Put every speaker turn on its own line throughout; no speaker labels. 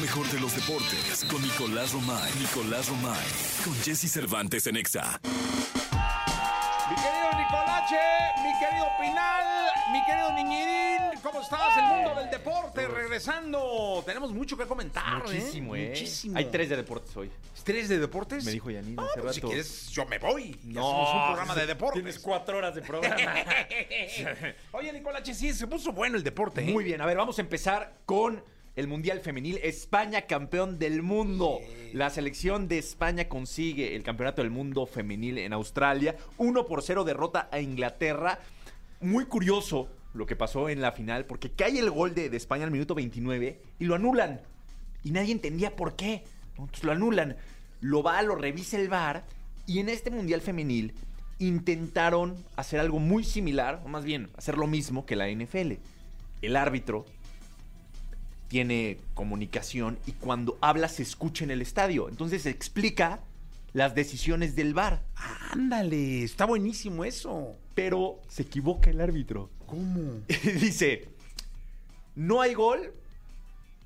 mejor de los deportes con Nicolás Romay. Nicolás Romay. Con Jesse Cervantes en Exa.
Mi querido Nicolache, mi querido Pinal, mi querido Niñirín, ¿cómo estás? El mundo del deporte regresando. Tenemos mucho que comentar, ¿eh?
Muchísimo, ¿eh?
Muchísimo.
Hay tres de deportes hoy.
¿Tres de deportes.
Me dijo Yanina
Ah,
hace
pues, si
rato.
quieres, yo me voy. No. Hacemos un programa de
Tienes
deportes.
cuatro horas de programa.
Oye, Nicolache, sí, se puso bueno el deporte, ¿eh?
Muy bien, a ver, vamos a empezar con el Mundial Femenil. España campeón del mundo. La selección de España consigue el campeonato del mundo femenil en Australia. 1 por 0 derrota a Inglaterra. Muy curioso lo que pasó en la final porque cae el gol de, de España al minuto 29 y lo anulan. Y nadie entendía por qué. Entonces lo anulan. Lo va, lo revisa el VAR. Y en este Mundial Femenil intentaron hacer algo muy similar, o más bien, hacer lo mismo que la NFL. El árbitro tiene comunicación y cuando habla se escucha en el estadio. Entonces explica las decisiones del VAR.
Ándale, está buenísimo eso.
Pero se equivoca el árbitro.
¿Cómo?
Dice, no hay gol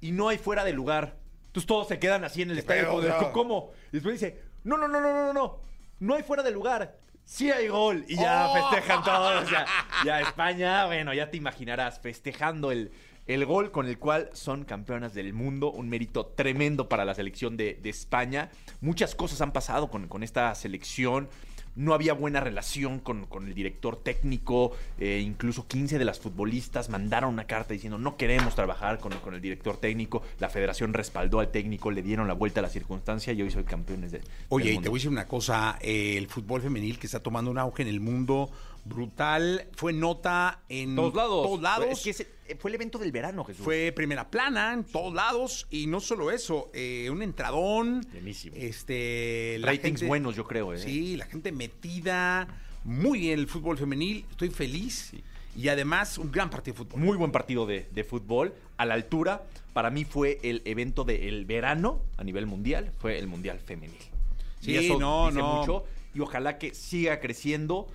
y no hay fuera de lugar. Entonces todos se quedan así en el estadio.
pedo,
como de,
bro?
¿Cómo? Y después dice, no, no, no, no, no, no, no. No hay fuera de lugar. Sí hay gol. Y ya
¡Oh!
festejan todos. O sea, ya España, bueno, ya te imaginarás, festejando el, el gol con el cual son campeonas del mundo. Un mérito tremendo para la selección de, de España. Muchas cosas han pasado con, con esta selección. No había buena relación con, con el director técnico. eh, incluso 15 de las futbolistas mandaron una carta diciendo no queremos trabajar con, con el director técnico. La federación respaldó al técnico, le dieron la vuelta a la circunstancia y hoy soy campeones de. del
Oye, y te
mundo.
voy a decir una cosa, eh, el fútbol femenil que está tomando un auge en el mundo brutal, fue nota en
Todos lados.
todos lados,
Es que ese- fue el evento del verano, Jesús.
fue primera plana en todos lados, y no solo eso, eh, un entradón,
Buenísimo.
este,
Ratings buenos, yo creo, ¿eh?
Sí, la gente metida, muy bien el fútbol femenil, estoy feliz, y además un gran partido de fútbol.
Muy buen partido de, de fútbol, a la altura. Para mí fue el evento del verano a nivel mundial, fue el mundial femenil.
Sí, no, no.
y ojalá que siga creciendo.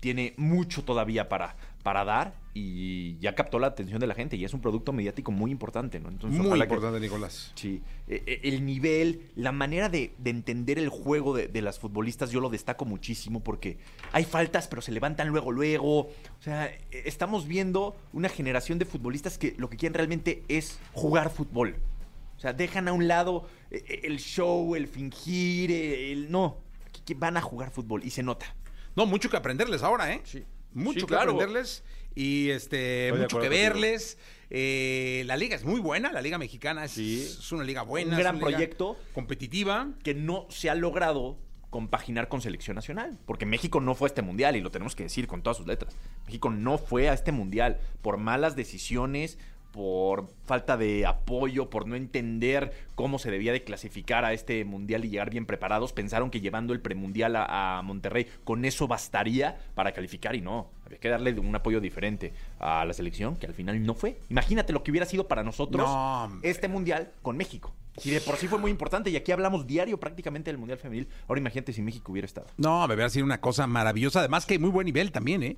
Tiene mucho todavía para, para dar y ya captó la atención de la gente y es un producto mediático muy importante, ¿no? Entonces,
Muy
ojalá que-
importante, Nicolás.
Sí, e- e- el nivel, la manera de, de entender el juego de, de las futbolistas, yo lo destaco muchísimo porque hay faltas, pero se levantan luego, luego. O sea, e- estamos viendo una generación de futbolistas que lo que quieren realmente es jugar fútbol. O sea, dejan a un lado e- e- el show, el fingir, e- el... No, Aquí que van a jugar fútbol y se nota.
No, mucho que aprenderles ahora, ¿eh?
Sí.
Mucho
Sí,
que
claro.
aprenderles y este
Estoy de
mucho que
acuerdo contigo.
verles. Eh, la liga es muy buena, la liga mexicana es,
Sí.
es una liga buena.
Un gran
es una liga
proyecto.
Competitiva.
que no se ha logrado compaginar con selección nacional, porque México no fue a este mundial y lo tenemos que decir con todas sus letras. México no fue a este mundial por malas decisiones, por falta de apoyo, por no entender cómo se debía de clasificar a este mundial y llegar bien preparados. Pensaron que llevando el premundial a, a Monterrey con eso bastaría para calificar y no. Había que darle un apoyo diferente a la selección que al final no fue. Imagínate lo que hubiera sido para nosotros
No, hombre.
este mundial con México. Y de por sí fue muy importante, y aquí hablamos diario prácticamente del mundial femenil. Ahora imagínate si México hubiera estado.
No, me voy a decir una cosa maravillosa. Además que hay muy buen nivel también, ¿eh?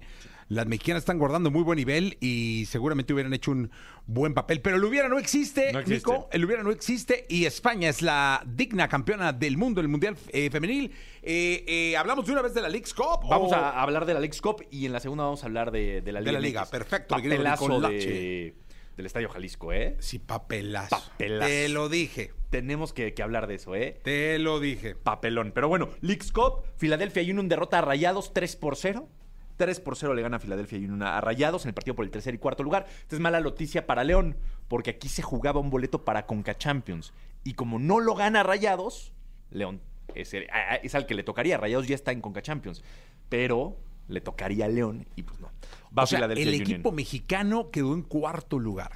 Las mexicanas están guardando muy buen nivel y seguramente hubieran hecho un buen papel. Pero el hubiera no existe,
No existe.
Nico. El hubiera no existe y España es la digna campeona del mundo, el Mundial eh, Femenil. Eh, eh, ¿Hablamos de una vez de la League's Cup?
Vamos
o-
a hablar de la Leagues Cup y en la segunda vamos a hablar de, de la
Oh. De la
Liga.
Liga,
MX.
perfecto, mi querido
Papelazo
Nicolache.
de- del Estadio Jalisco, ¿eh?
Oh, Sí, papelazo.
Papelazo.
Te lo dije.
Tenemos que, que hablar de eso, ¿eh?
Te lo dije.
Papelón. Pero bueno, Leagues Cup, Filadelfia Union derrota a Rayados 3 por 0. 3 por 0 le gana a Filadelfia Union a Rayados en el partido por el tercer y cuarto lugar. Esta es mala noticia para León, porque aquí se jugaba un boleto para Conca Champions. Y como no lo gana Rayados, León es, el- a- a- es al que le tocaría. Rayados ya está en Conca Champions. Pero le tocaría a León y pues no. Va
O sea, el
Philadelphia Union.
equipo mexicano quedó en cuarto lugar.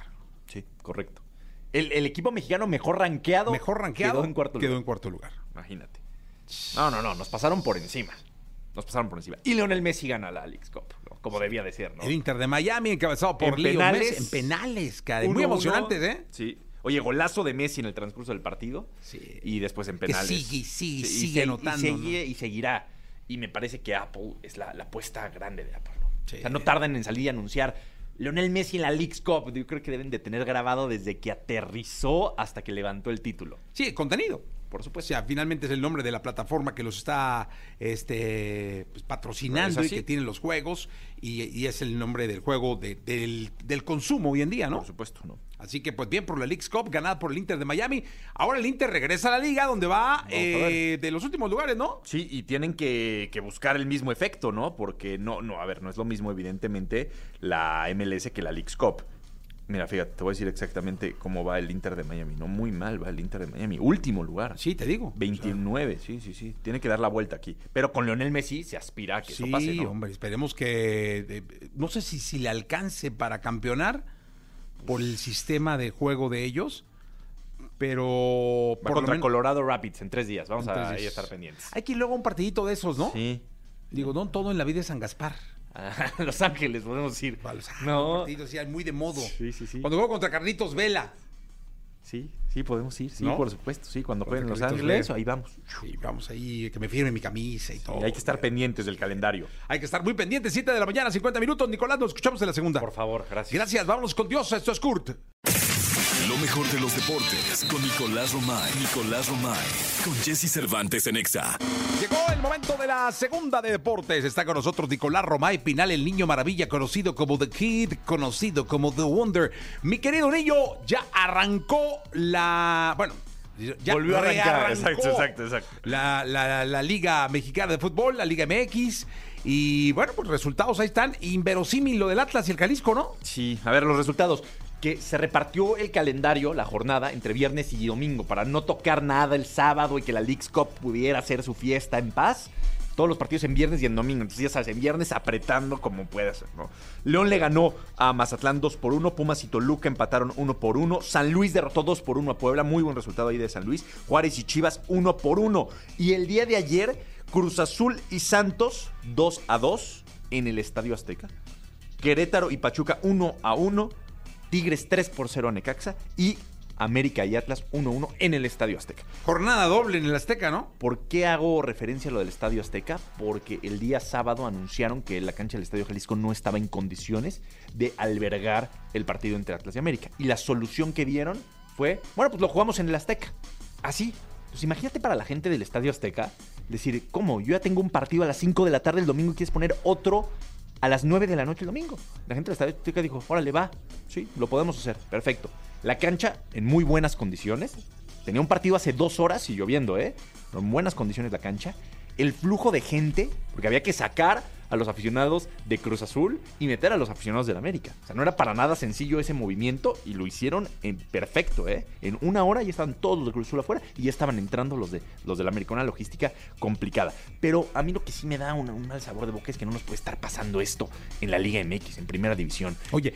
Sí, correcto. El, el equipo mexicano mejor rankeado.
Mejor rankeado
Quedó en cuarto lugar.
lugar.
Imagínate. No, no, no, nos pasaron por encima. Nos pasaron por encima. Y Leonel Messi gana la Alex Cup, ¿no? como debía de ser, ¿no?
El Inter de Miami encabezado por
En
Leo
penales.
Messi, en penales, cara. Muy
1-1.
emocionantes, ¿eh?
Sí. Oye, golazo de Messi en el transcurso del partido.
Sí.
Y después en penales.
sigue, sigue, sigue
se-
anotando,
Y, sigue, y seguirá. Y me parece que Apple es la, la apuesta grande de Apple. ¿no?
Sí.
O sea, no tardan en salir y anunciar. Lionel Messi en la Leagues Cup, yo creo que deben de tener grabado desde que aterrizó hasta que levantó el título.
Sí, contenido. Por supuesto, ya finalmente es el nombre de la plataforma que los está este, pues, patrocinando
Es
y
así.
que tiene los juegos y, y es el nombre del juego de- del, del consumo hoy en día, ¿no?
Por supuesto, ¿no?
Así que pues bien por la Leagues Cup ganada por el Inter de Miami. Ahora el Inter regresa a la liga donde va
a
eh, de los últimos lugares, ¿no?
Sí, y tienen que, que buscar el mismo efecto, ¿no? Porque no, no, a ver, no es lo mismo, evidentemente, la MLS que la Leagues Cup. Mira, fíjate, te voy a decir exactamente cómo va el Inter de Miami. No, muy mal va el Inter de Miami. Último lugar.
Sí, te digo.
29, sí, sí, sí. Tiene que dar la vuelta aquí. Pero con Leonel Messi se aspira a que
Sí,
eso pase, ¿no?
hombre, esperemos que... eh, no sé si, si le alcance para campeonar por el sistema de juego de ellos, pero...
Va
por lo
contra
men-
Colorado Rapids en tres días. Vamos a
Entonces,
ahí estar pendientes.
Hay que ir luego a un partidito de esos, ¿no?
Sí.
Digo, no todo en la vida es San Gaspar.
A Los Ángeles podemos ir.
A los-
no.
Partidos ya muy de modo.
Sí, sí, sí.
Cuando juego contra Carlitos Vela.
Sí, sí, podemos ir. Sí,
¿No?
por supuesto. Sí, cuando
Contra
jueguen en Los
Carlitos
Ángeles,
Vela.
ahí vamos.
Y vamos ahí, que me firme mi camisa y todo.
Y hay que estar pendientes del calendario.
Hay que estar muy pendientes. 7 de la mañana, 50 minutos. Nicolás, nos escuchamos en la segunda.
Por favor, gracias.
Gracias, vámonos con Dios. Esto es Kurt.
Lo mejor de los deportes con Nicolás Romay. Nicolás Romay. Con Jesse Cervantes en Exa.
Llegó el momento de la segunda de deportes. Está con nosotros Nicolás Romay Pinal, el niño maravilla, conocido como The Kid, conocido como The Wonder. Mi querido niño, ya arrancó la. Bueno. Ya
Volvió a arrancar.
rearrancó
Exacto, exacto, exacto.
La, la- la Liga Mexicana de Fútbol, la Liga MX. Y bueno, pues resultados ahí están. Inverosímil lo del Atlas y el Jalisco, ¿no?
Sí, a ver los resultados. Que se repartió el calendario, la jornada, entre viernes y domingo para no tocar nada el sábado y que la Leagues Cup pudiera hacer su fiesta en paz. Todos los partidos en viernes y en domingo. Entonces, ya sabes, en viernes apretando como puede ser, ¿no? León le ganó a Mazatlán 2 por 1. Pumas y Toluca empataron 1 por 1. San Luis derrotó 2 por 1 a Puebla. Muy buen resultado ahí de San Luis. Juárez y Chivas 1 por 1. Y el día de ayer, Cruz Azul y Santos 2 a 2 en el Estadio Azteca. Querétaro y Pachuca 1 a 1, Tigres 3 por 0 a Necaxa y América y Atlas 1 a 1 en el Estadio Azteca.
Jornada doble en el Azteca, ¿no?
¿Por qué hago referencia a lo del Estadio Azteca? Porque el día sábado anunciaron que la cancha del Estadio Jalisco no estaba en condiciones de albergar el partido entre Atlas y América. Y la solución que dieron fue, bueno, pues lo jugamos en el Azteca. Así. Pues imagínate para la gente del Estadio Azteca decir, ¿cómo? Yo ya tengo un partido a las 5 de la tarde el domingo y quieres poner otro a las 9 de la noche el domingo. La gente de la Azteca dijo, órale, va, sí, lo podemos hacer, perfecto. La cancha en muy buenas condiciones. Tenía un partido hace dos horas y lloviendo, ¿eh? Pero en buenas condiciones la cancha. El flujo de gente, porque había que sacar a los aficionados de Cruz Azul y meter a los aficionados del América. O sea, no era para nada sencillo ese movimiento y lo hicieron en perfecto, ¿eh? En una hora ya estaban todos los de Cruz Azul afuera y ya estaban entrando los de los del América. Una logística complicada. Pero a mí lo que sí me da un, un mal sabor de boca es que no nos puede estar pasando esto en la Liga MX, en Primera División.
Oye,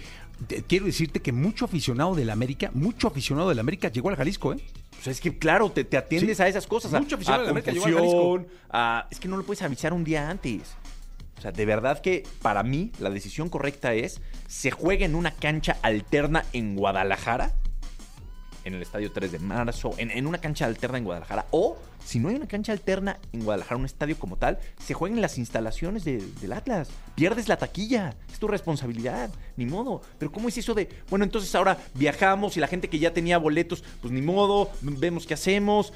te- quiero decirte que mucho aficionado del América, mucho aficionado del América llegó al Jalisco, ¿eh?
O sea, Pues es que claro, te, te atiendes
Sí.
a esas cosas.
Mucha
a,
afición
a
de la América llegó al
confusión, a- es que no lo puedes avisar un día antes. O sea, de verdad que para mí la decisión correcta es se juega en una cancha alterna en Guadalajara, en el estadio 3 de marzo, en, en una cancha alterna en Guadalajara, o si no hay una cancha alterna en Guadalajara, un estadio como tal, se juega en las instalaciones de- del Atlas. Pierdes la taquilla, es tu responsabilidad, ni modo. Pero ¿cómo es eso de, bueno, entonces ahora viajamos y la gente que ya tenía boletos, pues ni modo, vemos qué hacemos?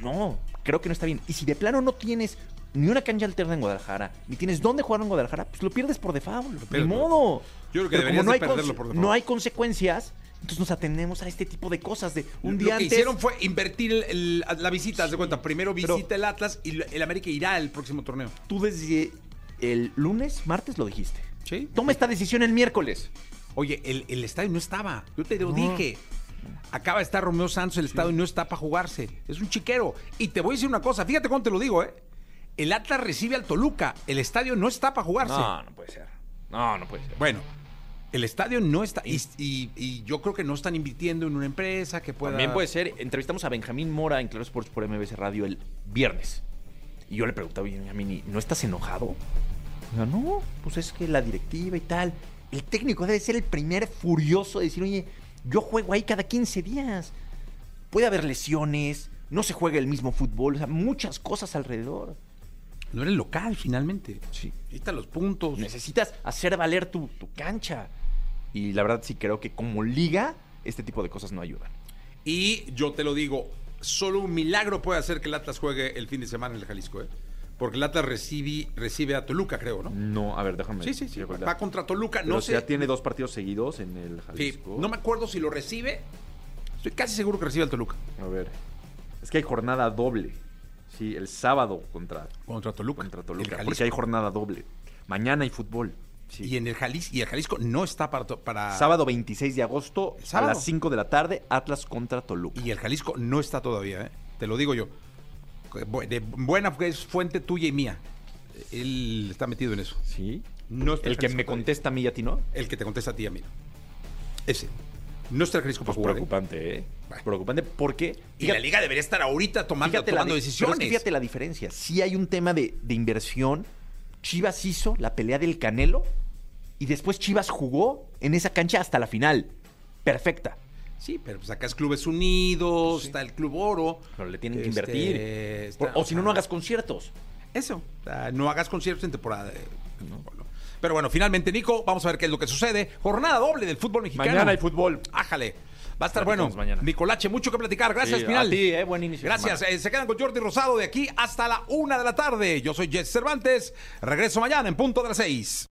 No, no, creo que no está bien. Y si de plano no tienes... Ni una cancha alterna en Guadalajara, ni tienes dónde jugar en Guadalajara, pues lo pierdes por default. Ni
pierdes por
modo.
Yo creo que
Pero
deberías
como no
de
hay
perderlo
conse-
por default.
No hay consecuencias, entonces nos atendemos a este tipo de cosas de un
Lo
día
que
antes.
hicieron fue invertir el- el- la visita, haz de cuenta. Primero
Pero-
visita el Atlas y el América irá al próximo torneo.
Tú desde el lunes, martes lo dijiste.
Sí.
Toma esta decisión el miércoles.
Oye, el, el estadio no estaba. Yo te lo dije. Acaba de estar Romeo Santos, el estadio no está para jugarse. Es un chiquero. Y te voy a decir una cosa, fíjate cómo te lo digo, ¿eh? El Atlas recibe al Toluca. El estadio no está para jugarse.
No, no puede ser. No, no puede ser.
Bueno, el estadio no está. Y, y- y yo creo que no están invirtiendo en una empresa que pueda.
También pues. puede ser. Entrevistamos a Benjamín Mora en Claro Sports por MBC Radio el viernes. Y yo le preguntaba, oye, Benjamín, ¿y ¿no estás enojado? Digo, no, pues es que la directiva y tal. El técnico debe ser el primer furioso de decir, oye, yo juego ahí cada 15 días. Puede haber lesiones, no se juega el mismo fútbol, o sea, muchas cosas alrededor.
No era el
Pues
local, finalmente. Sí. Ahí están los puntos.
Necesitas hacer valer tu, tu cancha. Y la verdad sí creo que como liga, este tipo de cosas no ayudan.
Y yo te lo digo, solo un milagro puede hacer que el Atlas juegue el fin de semana en el Jalisco, ¿eh? Porque el Atlas recibe, recibe a Toluca, creo, ¿no?
No, a ver, déjame.
Sí, sí, sí.
quiero
Va
acordar.
contra Toluca.
Mm, Pero
Ah, No
si ya
sé.
tiene dos partidos seguidos en el
sí,
Jalisco.
no me acuerdo si lo recibe. Estoy casi seguro que recibe al Toluca.
A ver. Es que hay jornada doble. Sí, el sábado contra,
Contra Toluca.
contra
El
Toluca.
Jalisco.
Porque hay jornada doble. Mañana hay fútbol. Sí.
Y en el Jalisco, y el Jalisco no está para, to- para-
Sábado 26 de agosto a
Sábado.
las 5 de la tarde, Atlas contra Toluca.
Y el Jalisco no está todavía, ¿eh? Te lo digo yo. Bu- De buena fu- es fuente tuya y mía. Él está metido en eso.
Sí.
No está
El que
Jalisco
me
todavía.
contesta a mí y a ti no.
El que te contesta a ti, amigo. Ese. No está el Jalisco para jugar. ¿eh?
preocupante, ¿eh?
Bueno.
Preocupante porque.
Y la liga debería estar ahorita tomando,
la
tomando
di- pero
decisiones.
es que fíjate la diferencia. Sí hay un tema de, de inversión. Chivas hizo la pelea del Canelo y después Chivas jugó en esa cancha hasta la final. Perfecta.
Sí, pero pues acá es Clubes Unidos, está el Club Oro.
Pero le tienen
Este,
que invertir.
está-
Por- o si no, no hagas conciertos.
Eso. O sea, no hagas conciertos en temporada de fútbol, ¿no? Pero bueno, finalmente, Nico, vamos a ver qué es lo que sucede. Jornada doble del fútbol mexicano.
Mañana hay fútbol.
Ájale. Va a estar bueno.
Platicamos mañana.
Nicolache, mucho que platicar. Gracias,
Sí, a
Pinal.
ti, eh, buen inicio de
Gracias.
semana.
Eh, se quedan con Jordi Rosado de aquí hasta la una de la tarde. Yo soy Jess Cervantes. Regreso mañana en punto de las seis.